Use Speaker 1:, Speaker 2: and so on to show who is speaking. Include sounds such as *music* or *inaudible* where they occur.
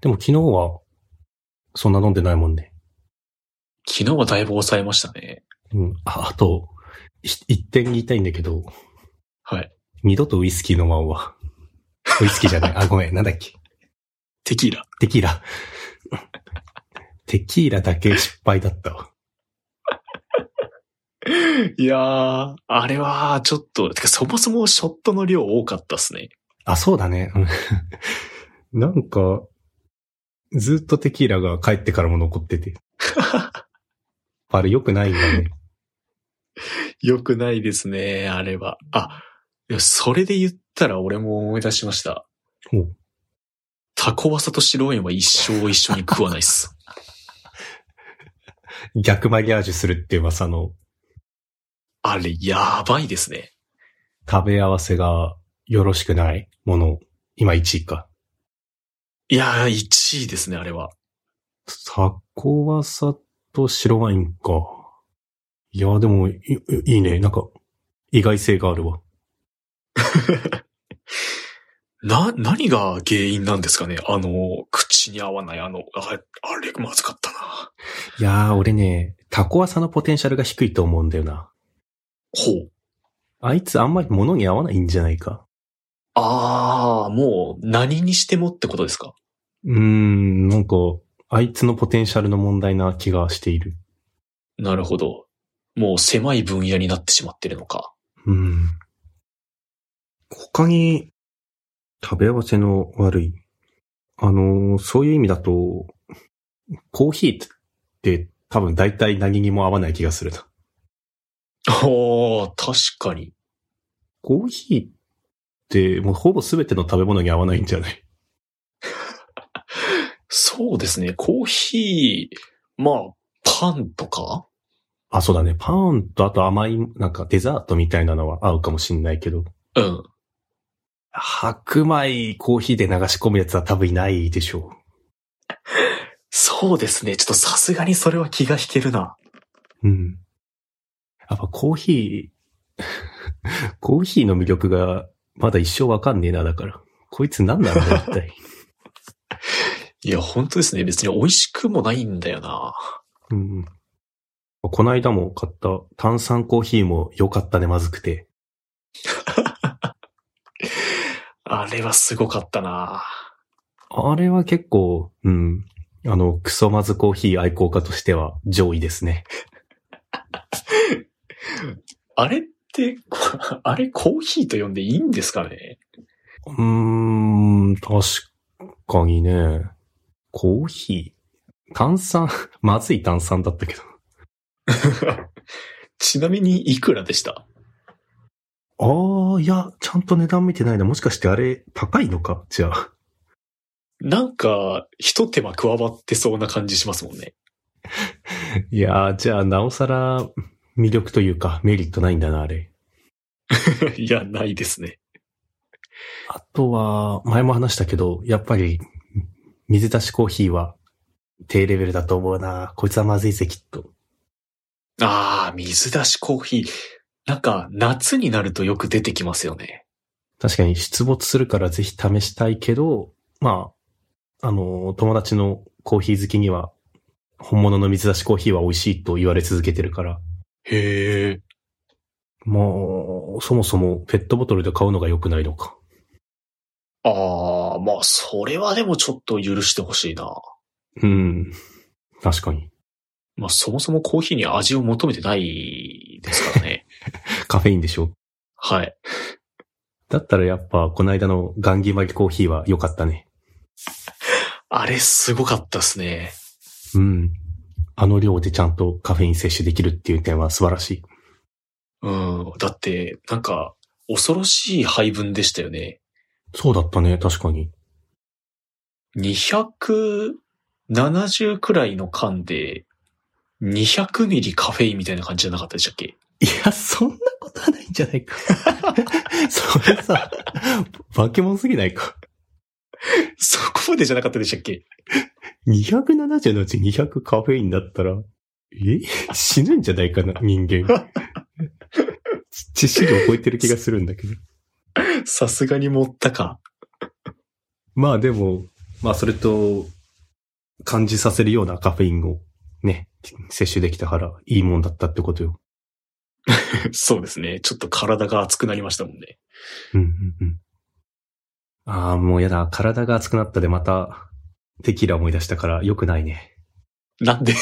Speaker 1: でも昨日は、そんな飲んでないもんね。
Speaker 2: 昨日はだいぶ抑えましたね。
Speaker 1: うん。あ、あと、ひ一点言いたいんだけど、
Speaker 2: はい。
Speaker 1: 二度とウイスキー飲まんわ。ウイスキーじゃない。
Speaker 2: *laughs*
Speaker 1: あ、ごめん。なんだっけ。
Speaker 2: テキーラ。
Speaker 1: テキーラ。テキーラだけ失敗だったわ。
Speaker 2: いやー、あれは、ちょっと、てかそもそもショットの量多かったっすね。
Speaker 1: あ、そうだね。うんなんか、ずっとテキーラが帰ってからも残って
Speaker 2: *laughs*
Speaker 1: て。あれ良くないんだね。
Speaker 2: よくないですね、あれは。あ、いやそれで言ったら俺も思い出しました
Speaker 1: お。
Speaker 2: タコワサと白ワインは一生一緒に食わないっ *laughs* す。
Speaker 1: 逆マリアージュするっていう噂の
Speaker 2: あれ、やばいですね。
Speaker 1: 食べ合わせがよろしくないもの、今1位か。
Speaker 2: いやー、1位ですね、あれは。
Speaker 1: タコワサと白ワインか。いや、でもい、いいいね。なんか、意外性があるわ。
Speaker 2: な、何が原因なんですかねあの、口に合わない、あの、ああれ、まずかったな。
Speaker 1: いやー、俺ね、タコワサのポテンシャルが低いと思うんだよな。
Speaker 2: ほう。
Speaker 1: あいつあんまり物に合わないんじゃないか。
Speaker 2: ああ、もう何にしてもってことですか
Speaker 1: うーん、なんか、あいつのポテンシャルの問題な気がしている。
Speaker 2: なるほど。もう狭い分野になってしまってるのか。
Speaker 1: うん。他に、食べ合わせの悪い。あのー、そういう意味だと、コーヒーって多分大体何にも合わない気がするな。
Speaker 2: ああ、確かに。
Speaker 1: コーヒーってもうほぼ全ての食べ物に合わないんじゃない
Speaker 2: そうですね。コーヒー、まあ、パンとか
Speaker 1: あ、そうだね。パンとあと甘い、なんかデザートみたいなのは合うかもしんないけど、
Speaker 2: うん。
Speaker 1: 白米コーヒーで流し込むやつは多分いないでしょ
Speaker 2: そうですね。ちょっとさすがにそれは気が引けるな。
Speaker 1: う。うん。やっぱコーヒー、 *laughs* コーヒーの魅力がまだ一生わかんねえな、だから。こいつ何なんだろう、一体。
Speaker 2: いや、本当ですね。別に美味しくもないんだよな。
Speaker 1: うん。この間も買った炭酸コーヒーも良かったね、まずくて。
Speaker 2: あれはすごかったな。
Speaker 1: あれは結構、うん。あの、クソまずコーヒー愛好家としては上位ですね。
Speaker 2: あれって、こ *laughs* あれコーヒーと呼んでいいんですかね *laughs*
Speaker 1: うーん、確かにね。コーヒー炭酸 *laughs* まずい炭酸だったけど。
Speaker 2: ちなみにいくらでした
Speaker 1: ああ、いや、ちゃんと値段見てないな。もしかしてあれ、高いのかじゃあ。
Speaker 2: なんか、一手間加わってそうな感じしますもんね。
Speaker 1: *laughs*
Speaker 2: *laughs*
Speaker 1: いやー、じゃあ、なおさら、魅力というか、メリットないんだな、あれ。
Speaker 2: いや、ないですね。
Speaker 1: あとは、前も話したけど、やっぱり、水出しコーヒーは、低レベルだと思うな。こいつはまずいぜ、きっと。
Speaker 2: ああ、水出しコーヒー。なんか、夏になるとよく出てきますよね。
Speaker 1: 確かに出没するからぜひ試したいけど、まあ、あの、友達のコーヒー好きには、本物の水出しコーヒーは美味しいと言われ続けてるから、
Speaker 2: へえ。
Speaker 1: もう、そもそもペットボトルで買うのが良くないのか。
Speaker 2: ああ、まあ、それはでもちょっと許してほしいな。
Speaker 1: うん。確かに。
Speaker 2: まあ、そもそもコーヒーに味を求めてないですから *laughs* ね。
Speaker 1: カフェインでしょ。
Speaker 2: はい。
Speaker 1: だったらやっぱ、この間のガンギマリコーヒーは良かったね。
Speaker 2: あれ、すごかったですね。
Speaker 1: うん。あの量でちゃんとカフェイン摂取できるっていう点は素晴らしい。
Speaker 2: うん。だって、なんか、恐ろしい配分でしたよね。
Speaker 1: そうだったね、確かに。
Speaker 2: 270くらいの缶で、200ミリカフェインみたいな感じじゃなかったでしたっけ
Speaker 1: いや、そんなことはないんじゃないか。 *laughs* それさ、化け物すぎないか。
Speaker 2: そこまでじゃなかったでしたっけ
Speaker 1: 270のうち200カフェインだったら、え死ぬんじゃないかな、人 *laughs* 間。知識を超えてる気がするんだけど。
Speaker 2: さすがに持ったか。
Speaker 1: まあでも、まあそれと、感じさせるようなカフェインをね、摂取できたからいいもんだったってことよ。
Speaker 2: そうですね。ちょっと体が熱くなりましたもんね。
Speaker 1: うんうんうん。ああ、もうやだ。体が熱くなったでまた、テキーラ思い出したから良くないね。
Speaker 2: なんで